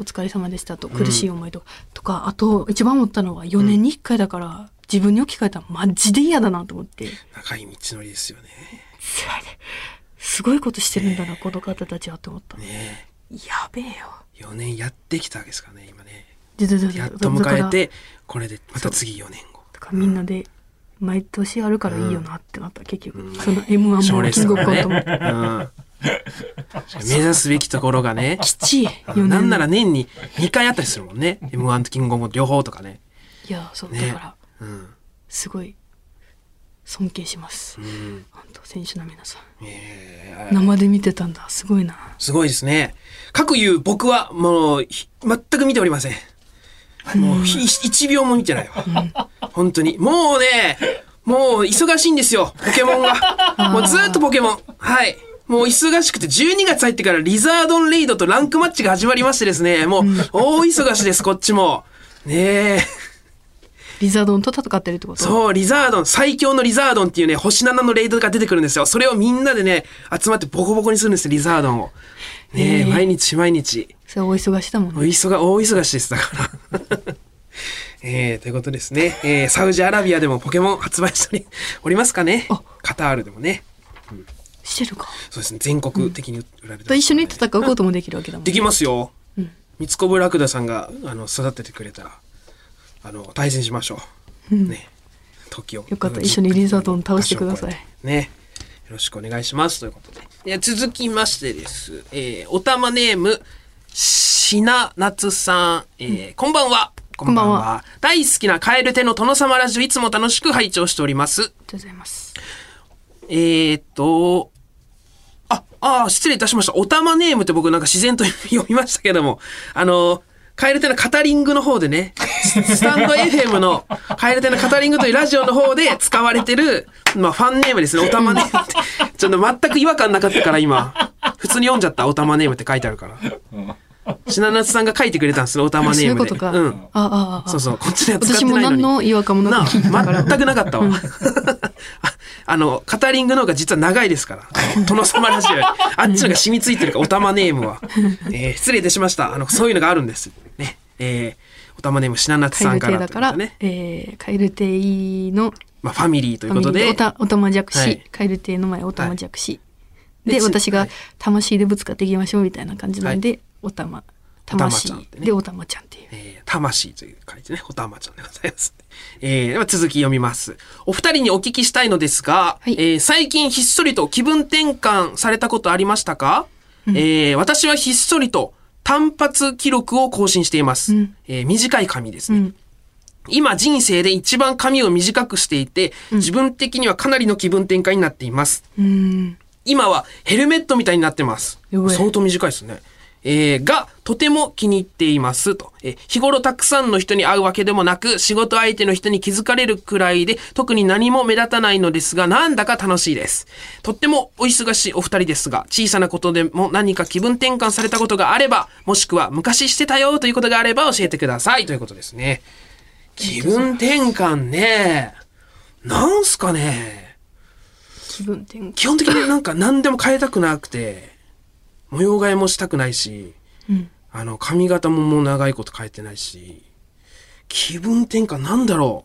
Speaker 2: お疲れ様でしたと苦しい思いとか,、とかあと一番思ったのは4年に1回だから、自分に置き換えたらマジで嫌だなと思って
Speaker 1: 長い道のりですよね。
Speaker 2: すごいことしてるんだなこの方たちはと思った、
Speaker 1: ね
Speaker 2: やべえよ
Speaker 1: え。4年やってきたわけですからね、今ね。
Speaker 2: でででで
Speaker 1: やっと迎
Speaker 2: だ
Speaker 1: え
Speaker 2: から
Speaker 1: て、これでまた次4年後。
Speaker 2: とかみんなで毎年あるからいいよなってなった、結局、
Speaker 1: うん
Speaker 2: その m 1
Speaker 1: 賞レ
Speaker 2: も
Speaker 1: ース
Speaker 2: キング
Speaker 1: と
Speaker 2: オブ
Speaker 1: か
Speaker 2: コン
Speaker 1: ね。
Speaker 2: トも
Speaker 1: うん。目指すべきところがね。
Speaker 2: きちい4 年
Speaker 1: なんなら年に2回あったりするもんね。M1 とキングオブコント両方とかね。
Speaker 2: いやそう、
Speaker 1: ね
Speaker 2: だから
Speaker 1: うん。
Speaker 2: すごい尊敬します
Speaker 1: うん。
Speaker 2: 本当選手の皆さん
Speaker 1: ええ
Speaker 2: 生で見てたんだすごいな
Speaker 1: すごいですね。各言う僕はもうひ全く見ておりません。もうひ一秒も見てないわ。本当に。もうね、もう忙しいんですよ、ポケモンが。もうずーっとポケモン。はい。もう忙しくて、12月入ってからリザードンレイドとランクマッチが始まりましてですね、もう大忙しです、こっちも。ねえ。
Speaker 2: リザードンと戦ってるってこと
Speaker 1: そう、リザードン、最強のリザードンっていうね、星7のレイドが出てくるんですよ。それをみんなでね、集まってボコボコにするんですよ、リザードンを。ねえ、
Speaker 2: へえ
Speaker 1: 毎日毎日。
Speaker 2: それお忙しだもん
Speaker 1: お
Speaker 2: ね
Speaker 1: 忙が、大忙しです、だから。 えー、ということですね。えー、サウジアラビアでもポケモン発売しておりおりますかね
Speaker 2: あ。
Speaker 1: カタールでもね。
Speaker 2: してるか
Speaker 1: そうですね、全国的に売られてます、
Speaker 2: と一緒に戦うこともできるわけだもん
Speaker 1: できますよ。
Speaker 2: うん
Speaker 1: 三つこぶラクダさんが、あの、育ててくれたら、あの、対戦しましょう。ね。時を。
Speaker 2: よかった一緒にリザードン倒してくださ
Speaker 1: 場
Speaker 2: い
Speaker 1: 所を超えてね。よろしくお願いします。ということで。で続きましてです。えー、おたまネーム、しななつさん。えー、こんばんは。こ
Speaker 2: んばんは
Speaker 1: 大好きなカエル手の殿様ラジオ、いつも楽しく拝聴しております。
Speaker 2: ありがとうございます
Speaker 1: えー、っと、あ、あー、失礼いたしました。おたまネームって僕なんか自然と読みましたけども、あの、カエルテのカタリングの方でね、ススタンド FM の カエルテのカタリングというラジオの方で使われてる、まあファンネームですね、おたまネームって。ちょっと全く違和感なかったから今、普通に読んじゃった、おたまネームって書いてあるから。品夏さんが書いてくれたんですよ、おたま
Speaker 2: そう
Speaker 1: ネ
Speaker 2: い
Speaker 1: ー
Speaker 2: う
Speaker 1: ム
Speaker 2: こ
Speaker 1: で。
Speaker 2: とか。
Speaker 1: う
Speaker 2: あ
Speaker 1: ん。
Speaker 2: あああ
Speaker 1: そうそう、こっちでは使っ
Speaker 2: 私
Speaker 1: てな
Speaker 2: も
Speaker 1: いの
Speaker 2: 何
Speaker 1: に。
Speaker 2: の違和感もな
Speaker 1: な
Speaker 2: く聞いたか ら。
Speaker 1: あ全くなかったわ。ああの、カタリングの方が実は長いですから。殿様 ラジオより。あっちの方が染みついてるから、おたまネーム は。えー失礼いたしました。あの、そういうのがあるんです。ね。えーおたまネーム、品夏
Speaker 2: カ
Speaker 1: さ
Speaker 2: エ
Speaker 1: ん
Speaker 2: ル
Speaker 1: か
Speaker 2: テ
Speaker 1: ら
Speaker 2: だ
Speaker 1: というこ
Speaker 2: か
Speaker 1: と
Speaker 2: ら、
Speaker 1: でね。
Speaker 2: えー、カエルテイの
Speaker 1: まあ、ファミリーということ
Speaker 2: お
Speaker 1: で。
Speaker 2: たおたまじゃくし、
Speaker 1: はい
Speaker 2: カエルテイの前おたまじゃくし。
Speaker 1: いで
Speaker 2: で、
Speaker 1: つ
Speaker 2: 私
Speaker 1: は
Speaker 2: が
Speaker 1: い
Speaker 2: 魂でぶつかっていきましょうみたいな感じなんで、おたま、
Speaker 1: 玉ち
Speaker 2: 魂
Speaker 1: ゃんってね
Speaker 2: でおたまちゃんっていう。
Speaker 1: えー魂という書いてね、おたまちゃんでございます。えーでは続き読みます。お二人にお聞きしたいのですが、
Speaker 2: はい
Speaker 1: えー最近ひっそりと気分転換されたことありましたか、えー私はひっそりと単発記録を更新しています。
Speaker 2: うん
Speaker 1: えー短い紙ですね。
Speaker 2: うん
Speaker 1: 今人生で一番髪を短くしていて、自分的にはかなりの気分転換になっています。
Speaker 2: うん。
Speaker 1: 今はヘルメットみたいになってます
Speaker 2: う。え
Speaker 1: 相当短いですね。えーが、とても気に入っていますと、えー日頃たくさんの人に会うわけでもなく、仕事相手の人に気づかれるくらいで、特に何も目立たないのですが、なんだか楽しいです。とってもお忙しいお二人ですが、小さなことでも何か気分転換されたことがあれば、もしくは昔してたよということがあれば教えてくださいということですね。気分転換ね。なんすかね。
Speaker 2: 気分転換。
Speaker 1: 基本的になんか何でも変えたくなくて、模様替えもしたくないし、
Speaker 2: うん。
Speaker 1: あの、髪型ももう長いこと変えてないし、気分転換なんだろ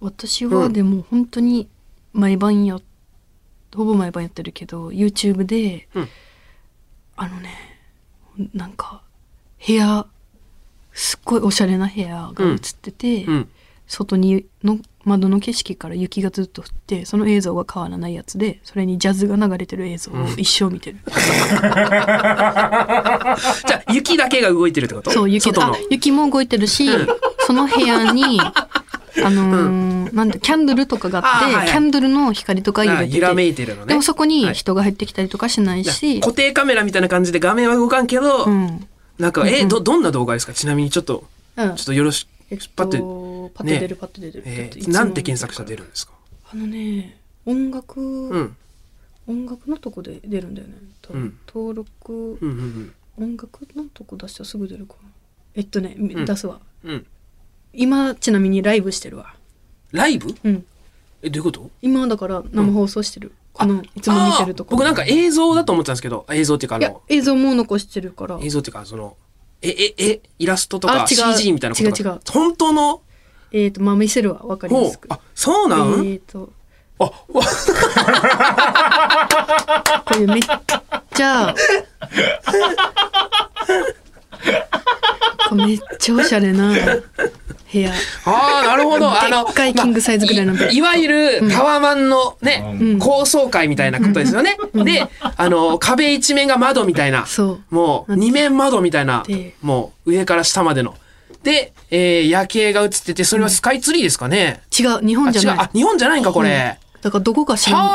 Speaker 2: 私はでも本当に毎晩やほぼ毎晩やってるけど YouTube で、
Speaker 1: うん
Speaker 2: あのねなんか部屋すっごいおしゃれな部屋が映ってて、
Speaker 1: う。うん。
Speaker 2: 外にの窓の景色から雪がずっと降ってその映像が変わらないやつでそれにジャズが流れてる映像を一生見て る、
Speaker 1: じゃあ、雪だけが動いてるってこと
Speaker 2: そう雪
Speaker 1: 外
Speaker 2: あ
Speaker 1: の。
Speaker 2: 雪も動いてるし、その部 屋にあのーなんだキャンドルとかがあって
Speaker 1: あはいはい
Speaker 2: キャンドルの光とか揺れ
Speaker 1: あ
Speaker 2: てて
Speaker 1: 揺らめいてるのね。
Speaker 2: でもそこ
Speaker 1: は
Speaker 2: に
Speaker 1: い
Speaker 2: 人が入ってきたりとかしない
Speaker 1: じゃあ
Speaker 2: し、
Speaker 1: 固定カメラみたいな感じで画面は動かんけど、
Speaker 2: うん。
Speaker 1: なんか、え、ど、どんな動画ですかちなみにちょっと、
Speaker 2: うん
Speaker 1: ちょっとよろし
Speaker 2: えっ
Speaker 1: く、パッと、
Speaker 2: と、パッと出る、パッと出る。
Speaker 1: え
Speaker 2: ちょっとい
Speaker 1: ー、
Speaker 2: つも
Speaker 1: なんて検索したら出るんですか
Speaker 2: あのね、音楽、
Speaker 1: うん。
Speaker 2: 音楽のとこで出るんだよね。多分
Speaker 1: うん
Speaker 2: 登録、
Speaker 1: うんうん
Speaker 2: 音楽のとこ出したらすぐ出るかな。えっとね、
Speaker 1: ん
Speaker 2: 出すわ。
Speaker 1: うん。うん。
Speaker 2: 今、ちなみにライブしてるわ。
Speaker 1: ライブ
Speaker 2: うん。
Speaker 1: え、どういうこと
Speaker 2: 今、だから生放送してる。この、いつも見てるとこ
Speaker 1: あー僕なんか映像だと思ってたんですけど、映像っていうかあ
Speaker 2: いや
Speaker 1: の、、
Speaker 2: 映像も残してるから。
Speaker 1: 映像っていうかその、え、え、え、イラストとか
Speaker 2: あ違う
Speaker 1: CG みたいなこと
Speaker 2: 違う違う
Speaker 1: 本当の
Speaker 2: えっと、まあ、見せるわ。わかりや
Speaker 1: ほう
Speaker 2: すく。
Speaker 1: あ、そうなん、
Speaker 2: えっと、
Speaker 1: あ、わ、
Speaker 2: こういうめっち ゃこうめっちゃおしゃれな部屋
Speaker 1: あーなるほど。あの、
Speaker 2: でっかいキングサイズぐらいの
Speaker 1: まあいいわゆるタワマンのね、
Speaker 2: うん
Speaker 1: 高層階みたいなことですよね。で、あの、壁一面が窓みたいな。
Speaker 2: そう
Speaker 1: もう、二面窓みたいな
Speaker 2: で。
Speaker 1: もう、上から下までの。で、えー夜景が映ってて、それはスカイツリーですかね。
Speaker 2: 違う日
Speaker 1: あ、
Speaker 2: 本じ
Speaker 1: 違
Speaker 2: ゃ
Speaker 1: う。
Speaker 2: ない
Speaker 1: あ、日本じゃないんか、これ。
Speaker 2: だからどこか知らん
Speaker 1: は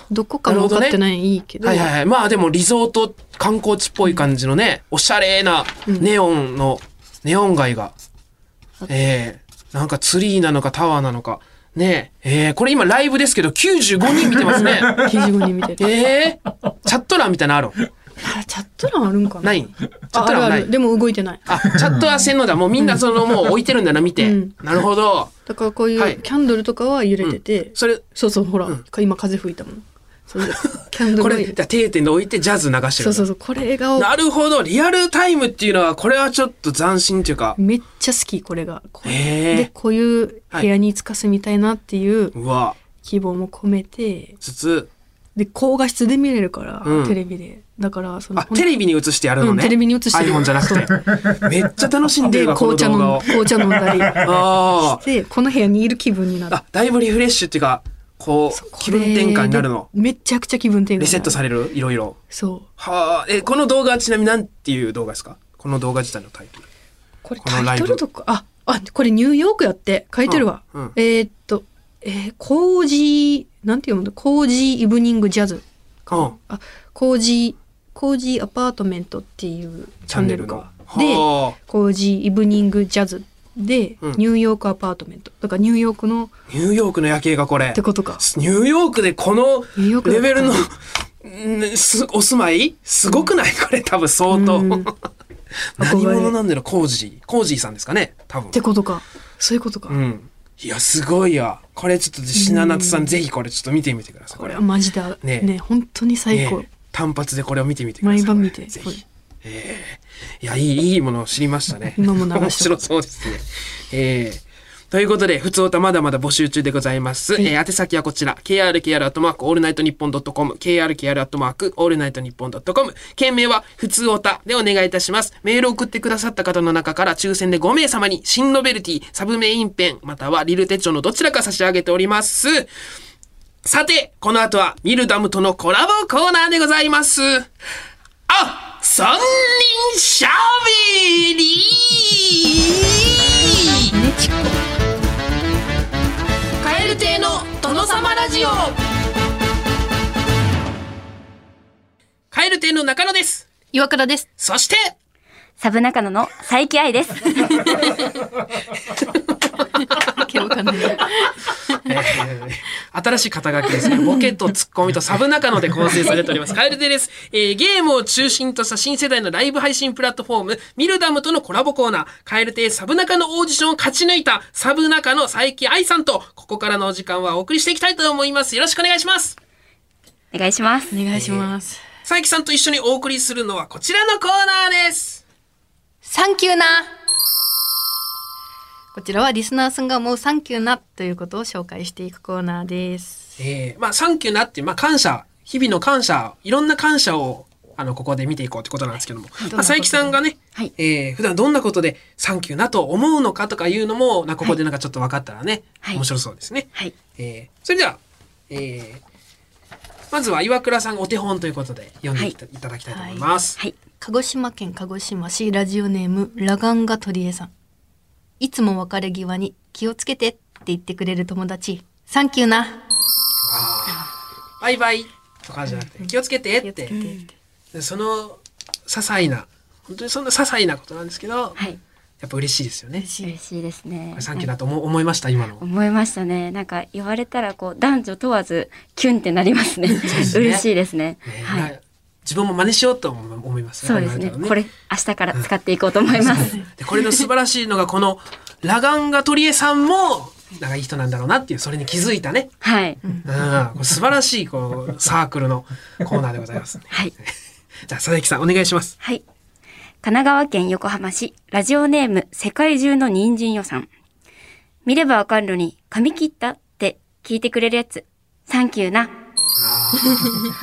Speaker 1: あ
Speaker 2: どこかも分かってないけど
Speaker 1: はいはいはい。まあでもリゾート観光地っぽい感じのね、おしゃれなネオンの、ネオン街が。ええなんかツリーなのかタワーなのか。ねえ、ええこれ今ライブですけど95人見てますね。
Speaker 2: 95人見てる
Speaker 1: ええチャット欄みたいなのある
Speaker 2: あチャット欄あるんかな
Speaker 1: ないチャ
Speaker 2: あ
Speaker 1: ッ
Speaker 2: あ
Speaker 1: ト
Speaker 2: る
Speaker 1: 欄
Speaker 2: あ
Speaker 1: ない
Speaker 2: るでも動いてない
Speaker 1: あ、チャットはせんのだ。もうみんなそのもう置いてるんだな、見て。
Speaker 2: うん
Speaker 1: なるほど。
Speaker 2: だからこう
Speaker 1: はいいう
Speaker 2: キャンドルとかは揺れてて、
Speaker 1: それ、
Speaker 2: そうそうほら、今風吹いたもんそう キャンド
Speaker 1: こ
Speaker 2: ルが
Speaker 1: れ、じゃあ定点で置いてジャズ流してるんだ。
Speaker 2: そうそうそうこれが
Speaker 1: なるほど。リアルタイムっていうのは、これはちょっと斬新っていうか。
Speaker 2: めっちゃ好きこれがこれ
Speaker 1: へー
Speaker 2: でこういう部屋につか住みたいなっていう
Speaker 1: うわ、
Speaker 2: 希望も込めて
Speaker 1: つつ、
Speaker 2: で高画質で見れるから、
Speaker 1: うん
Speaker 2: テレビでだからその
Speaker 1: あ、テレビに映してやるのね。
Speaker 2: うんテレビに映してる
Speaker 1: iPhone じゃなくて。めっちゃ楽しんで
Speaker 2: で
Speaker 1: るわ、この
Speaker 2: 紅茶
Speaker 1: 動
Speaker 2: 飲ん
Speaker 1: 画を。
Speaker 2: 紅茶飲んだり
Speaker 1: あ
Speaker 2: してこの部屋にいる気分にな
Speaker 1: あ。
Speaker 2: る
Speaker 1: あ、だいぶリフレッシュっていうか、こう、気分転換になるの
Speaker 2: こ。れでめちゃくちゃ気分転換にな
Speaker 1: リ
Speaker 2: る
Speaker 1: セットされるいろいろ。
Speaker 2: そう
Speaker 1: はあ、え、この動画はちなみに何ていう動画ですかこの動画自体のタイトル。
Speaker 2: これ
Speaker 1: このラ
Speaker 2: タ
Speaker 1: イ
Speaker 2: イ
Speaker 1: ブ
Speaker 2: トルとかああこれニューヨークやって書いてるわ、
Speaker 1: うんうん
Speaker 2: えーっとえー、コージーなんて読むのコージーイブニングジャズ
Speaker 1: うん。
Speaker 2: あコージーコージーアパートメントっていうチャンネル
Speaker 1: チャンネ
Speaker 2: が
Speaker 1: はあ
Speaker 2: コージーイブニングジャズで、
Speaker 1: うん
Speaker 2: ニューヨークアパートメントだからニューヨークのっ
Speaker 1: ニューヨークの夜景がこれ
Speaker 2: てことか
Speaker 1: ニューヨークでこの
Speaker 2: ニューヨーク
Speaker 1: レ
Speaker 2: だった
Speaker 1: ベルのんすお住まいすごくないこれ多分相当
Speaker 2: うん
Speaker 1: 何者なんだろうコージーコージーさんですかね多分
Speaker 2: ってことかそういうことか、
Speaker 1: うんいやすごいやこれちょっと品夏さんぜひこれちょっと見てみてください
Speaker 2: これはマジだ
Speaker 1: ね
Speaker 2: ね本当に最高、
Speaker 1: ね単発でこれを見てみてください
Speaker 2: 毎晩見て
Speaker 1: ぜ
Speaker 2: これ
Speaker 1: ひいやいいいいものを知りましたね
Speaker 2: 今も流して
Speaker 1: 面白そうですねえーということで、ふつおたまだまだ募集中でございます。えー、宛先はこちら、krkr アットマークオールナイトニッポンドットコム、krkr アットマークオールナイトニッポンドットコム、件名はふつおたでお願いいたします。メールを送ってくださった方の中から抽選で5名様に、新ノベルティ、サブメインペン、またはリル手帳のどちらか差し上げております。さて、この後は、ミルダムとのコラボコーナーでございます。あ、三人しゃべり
Speaker 2: ねちっこ
Speaker 1: カエル亭の殿様ラジオカエル亭の中野です。
Speaker 5: 岩倉です。
Speaker 1: そして、
Speaker 4: サブ中野の佐伯愛です。
Speaker 2: わけわかんない
Speaker 1: 新しい肩書きですね。ボケとツッコミとサブ中野で構成されております。カエルテです、えーゲームを中心とした新世代のライブ配信プラットフォーム、ミルダムとのコラボコーナー、カエルテサブ中野オーディションを勝ち抜いたサブ中野佐伯愛さんと、ここからのお時間はお送りしていきたいと思います。よろしくお願いします。
Speaker 4: お願いします。
Speaker 2: お願いします、
Speaker 1: 佐伯さんと一緒にお送りするのはこちらのコーナーです。
Speaker 2: サンキューなこちらはリスナーさんが思うサンキューなということを紹介していくコーナーです
Speaker 1: えー、まあ、サンキューなっていう、まあ、感謝、日々の感謝、いろんな感謝を、あの、ここで見ていこうってことなんですけども、まあ、佐伯さんがね、
Speaker 4: はい
Speaker 1: えー普段どんなことでサンキューなと思うのかとかいうのも、なここでなんかちょっと分かったらね、
Speaker 4: はい
Speaker 1: 面白そうですね。
Speaker 4: はい。
Speaker 1: えーそれでは、えーまずは岩倉さんお手本ということで読んでいた,、だきたいと思います。
Speaker 4: はい。
Speaker 2: 鹿児島県鹿児島市ラジオネームラガンガ鳥江さんいつも別れ際に気をつけてって言ってくれる友達サンキューな
Speaker 1: バイバイとかじゃなくて、気をつけて
Speaker 2: 気
Speaker 1: っ
Speaker 2: をつけ
Speaker 1: て
Speaker 2: て、って
Speaker 1: でその、些細な、本当にそんな些細なことなんですけど、
Speaker 5: はい。
Speaker 1: やっぱ嬉しいですよね。
Speaker 5: 嬉しいですね。
Speaker 1: サンキューなと思思いました、今の。
Speaker 5: 思いましたね。なんか言われたらこう男女問わずキュンってなりますね。
Speaker 1: すね
Speaker 5: 嬉しいですね。
Speaker 1: ね
Speaker 5: はい。
Speaker 1: 自分も真似しようと思思います
Speaker 5: そうですね。
Speaker 1: 言われたら
Speaker 5: これ明日から使っていこうと思います。
Speaker 1: でこれの素晴らしいのがこ のラガンガトリエさんもなんかいい人なんだろうなっていうそれに気づいたね、
Speaker 5: はい。
Speaker 1: うん、これ素晴らしいこうサークルのコーナーでございます、ね、
Speaker 5: はい。
Speaker 1: じゃあ佐々木さんお願いします
Speaker 5: はい。神奈川県横浜市、ラジオネーム、世界中の人参予算。見ればわかるのに、髪切ったって聞いてくれるやつ、サンキューな。
Speaker 1: あ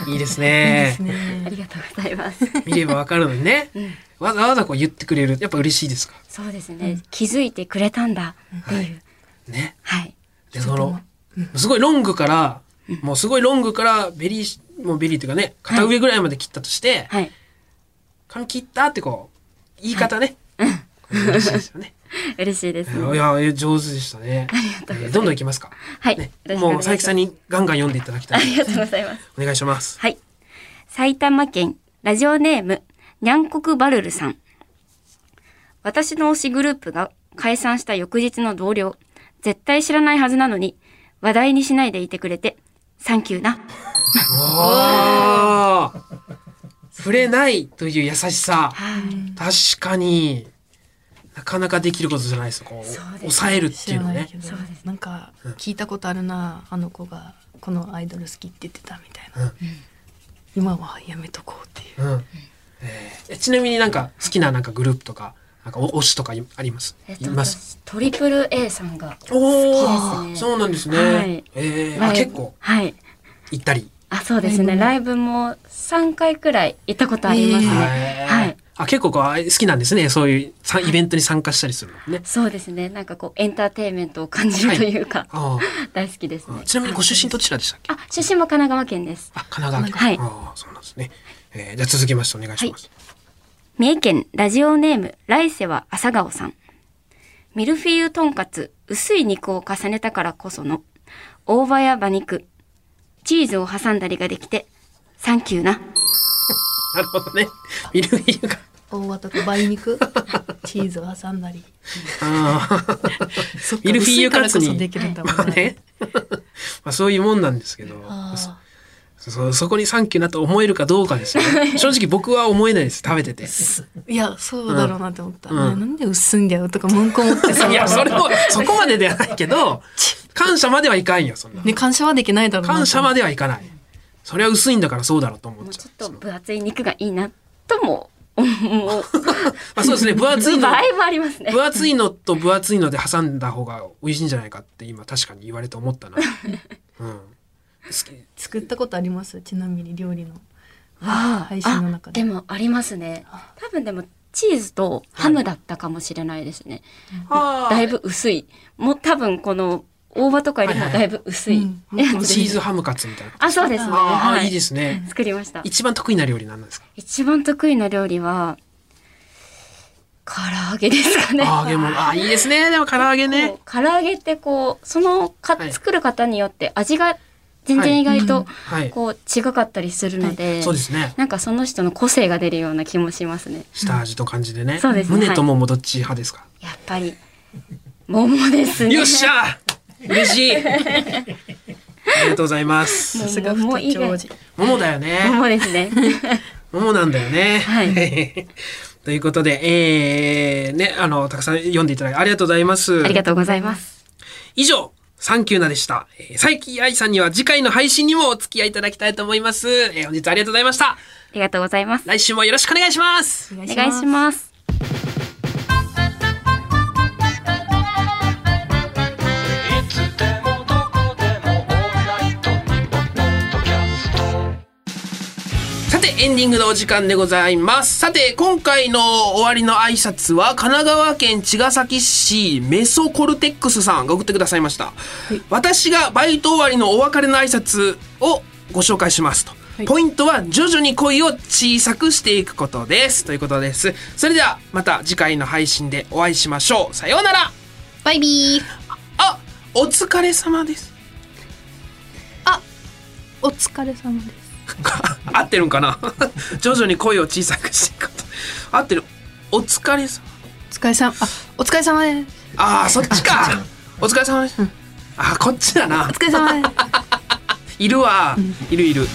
Speaker 1: ーいいですね
Speaker 5: ありがとうございます。
Speaker 1: 見ればわかるのにね、わざわざこう言ってくれるやっぱ嬉しいですか
Speaker 5: そうですね、気づいてくれたんだっていう。
Speaker 1: ね
Speaker 5: はい。
Speaker 1: でそのすごいロングからもうすごいロングからベリーもうベリーというかね肩上ぐらいまで切ったとして、
Speaker 5: はい。
Speaker 1: 髪切ったってこう言い方ね、これ嬉しいですよね
Speaker 5: 嬉しいです
Speaker 1: い
Speaker 5: ね。
Speaker 1: やいや上手でしたねえーどんどんいきますか
Speaker 5: はい。
Speaker 1: ね
Speaker 5: よろしくお
Speaker 1: もう
Speaker 5: 願い
Speaker 1: 佐伯
Speaker 5: します
Speaker 1: さんにガンガン読んでいただきた
Speaker 5: あ
Speaker 1: い
Speaker 5: りがとうございます。
Speaker 1: お願いします
Speaker 5: はい。埼玉県ラジオネーム、にゃんこくばるるさん。私の推しグループが解散した翌日の同僚、絶対知らないはずなのに、話題にしないでいてくれて、サンキューな。
Speaker 1: おー触れないという優しさ確かになかなかできることじゃないですこう抑えるって
Speaker 2: 知
Speaker 1: い
Speaker 2: ら
Speaker 1: うの
Speaker 2: ない
Speaker 1: ね
Speaker 2: けどなんか聞いたことあるなあの子がこのアイドル好きって言ってたみたいな、今はやめとこうっていう
Speaker 1: うんえーえちなみになんか好きななんかグループとかなんかお推しとかいあります
Speaker 5: えっ
Speaker 1: い
Speaker 5: と
Speaker 1: ます
Speaker 5: 私トリプル A さんが。
Speaker 1: おお、
Speaker 5: ですね
Speaker 1: そうなんですね。
Speaker 5: はい
Speaker 1: ええ
Speaker 5: ライ
Speaker 1: あ
Speaker 5: ブ
Speaker 1: 結構
Speaker 5: はい。
Speaker 1: 行ったり。
Speaker 5: あ、そうですね。ライブも3回くらい行ったことあります
Speaker 2: え
Speaker 5: ね。はい。
Speaker 1: あ結構こうあ好きなんですね。そういうさイベントに参加したりするのね。
Speaker 5: そうですね。なんかこう、エンターテインメントを感じるというか、
Speaker 1: あ
Speaker 5: 大好きです
Speaker 1: あ
Speaker 5: ね。
Speaker 1: ちなみにご出身どちらでしたっけ？
Speaker 5: あ、出身も神奈川県です。
Speaker 1: あ神奈川県。ああそうなんですね。えー、じゃあ続きましてお願いします。
Speaker 5: 三重県ラジオネーム来世は朝顔さん。ミルフィーユとんかつ薄い肉を重ねたからこその大葉や馬肉、チーズを挟んだりができてサンキューな。
Speaker 1: なるほどね。ミルフィーユが
Speaker 2: 大葉とか梅 肉チーズを挟んだり
Speaker 1: ああ、
Speaker 2: そっ
Speaker 1: ミルフィーユカツに
Speaker 2: 薄いからこそできるんだもん
Speaker 1: まあ ね。まあそういうもんなんですけど、
Speaker 2: あ
Speaker 1: そそそこにサンキューなと思えるかどうかですよ ね。正直僕は思えないです、食べてて。
Speaker 2: ーいやそうだろうなって思った、
Speaker 1: うん
Speaker 2: ねなんで薄いんだよとか文句持って さ
Speaker 1: いや、それも、そこまでではないけど、感謝まではいかんよ、そんな。
Speaker 2: ね感謝はできないだろうな
Speaker 1: 感謝ま
Speaker 2: で
Speaker 1: ではいかない。それは薄いんだからそうだろうと思っ
Speaker 5: もう
Speaker 1: ちゃ
Speaker 5: ちょっ
Speaker 1: う。
Speaker 5: と
Speaker 1: その
Speaker 5: 分厚い肉がいいなとも思う
Speaker 1: まあそうですね、分厚い の
Speaker 5: 場、合もありますね
Speaker 1: 分厚いのと分厚いので挟んだ方が美味しいんじゃないかって今確かに言われて思った な。うん。好き
Speaker 2: 作ったことありますちなみに料理の
Speaker 5: あ
Speaker 2: 配
Speaker 5: あ
Speaker 2: 信の中で
Speaker 5: あでもありますね多分でもチーズとハムだったかもしれないですね、だいぶ薄いもう多分この大葉とかよりもだいぶ薄い、
Speaker 2: うん
Speaker 5: やつ
Speaker 1: チーズハムカツみたいな。
Speaker 5: あそうですね
Speaker 1: ああ、
Speaker 5: はい
Speaker 1: いですね。
Speaker 5: 作りました
Speaker 1: 一番得意な料理なんですか。
Speaker 5: 一番得意な料理は唐揚げですか ね
Speaker 1: ああ、でも、ああ、いいですね。でも唐揚げ
Speaker 5: こ
Speaker 1: ね
Speaker 5: う。唐揚げってこうそのか、
Speaker 1: はい
Speaker 5: 作る方によって味が全然意外と
Speaker 1: はい。
Speaker 5: こう違かったりするので、
Speaker 1: そうですね。
Speaker 5: なんかその人の個性が出るような気もしますね
Speaker 1: 下味と感じでね。
Speaker 5: そうですね
Speaker 1: 胸とももどっち派ですか。
Speaker 5: やっぱり桃ですね
Speaker 1: よっしゃー。嬉し い。ありがとうございます。
Speaker 5: も
Speaker 2: さ
Speaker 5: う
Speaker 2: すが
Speaker 5: も
Speaker 2: 太
Speaker 5: ういい
Speaker 2: 長
Speaker 5: ね
Speaker 2: 寿
Speaker 1: 桃だよね。
Speaker 5: 桃です ね
Speaker 1: 桃なんだよね。。
Speaker 5: はい
Speaker 1: ということで、えー、ね、あの、たくさん読んでいただきありがとうございます。
Speaker 5: ありがとうございます
Speaker 1: 以上、サンキューナでした。えー、佐伯愛さんには次回の配信にもお付き合いいただきたいと思います。えー、本日はありがとうございました。
Speaker 5: ありがとうございます
Speaker 1: 来週もよろしくお願いします。
Speaker 2: お
Speaker 5: お願いします
Speaker 1: さて、エンディングのお時間でございます。さて、今回の終わりの挨拶は、神奈川県茅ヶ崎市メソコルテックスさんが送ってくださいました。私がバイト終わりのお別れの挨拶をご紹介しますと。
Speaker 2: はい
Speaker 1: ポイントは徐々に恋を小さくしていくことです。ということです。それでは、また次回の配信でお会いしましょう。さようなら
Speaker 2: バイビー
Speaker 1: あ、お疲れ様です。
Speaker 2: お疲れ様です
Speaker 1: 合ってるんかな 徐々に声を小さくしていくこと。合ってる。お疲れ様。
Speaker 2: お疲れさんあお疲れ様です
Speaker 1: ああ、そっちか。お疲れ様です。あーこっちだな
Speaker 2: お。疲れ様です
Speaker 1: いるわ。いるいる。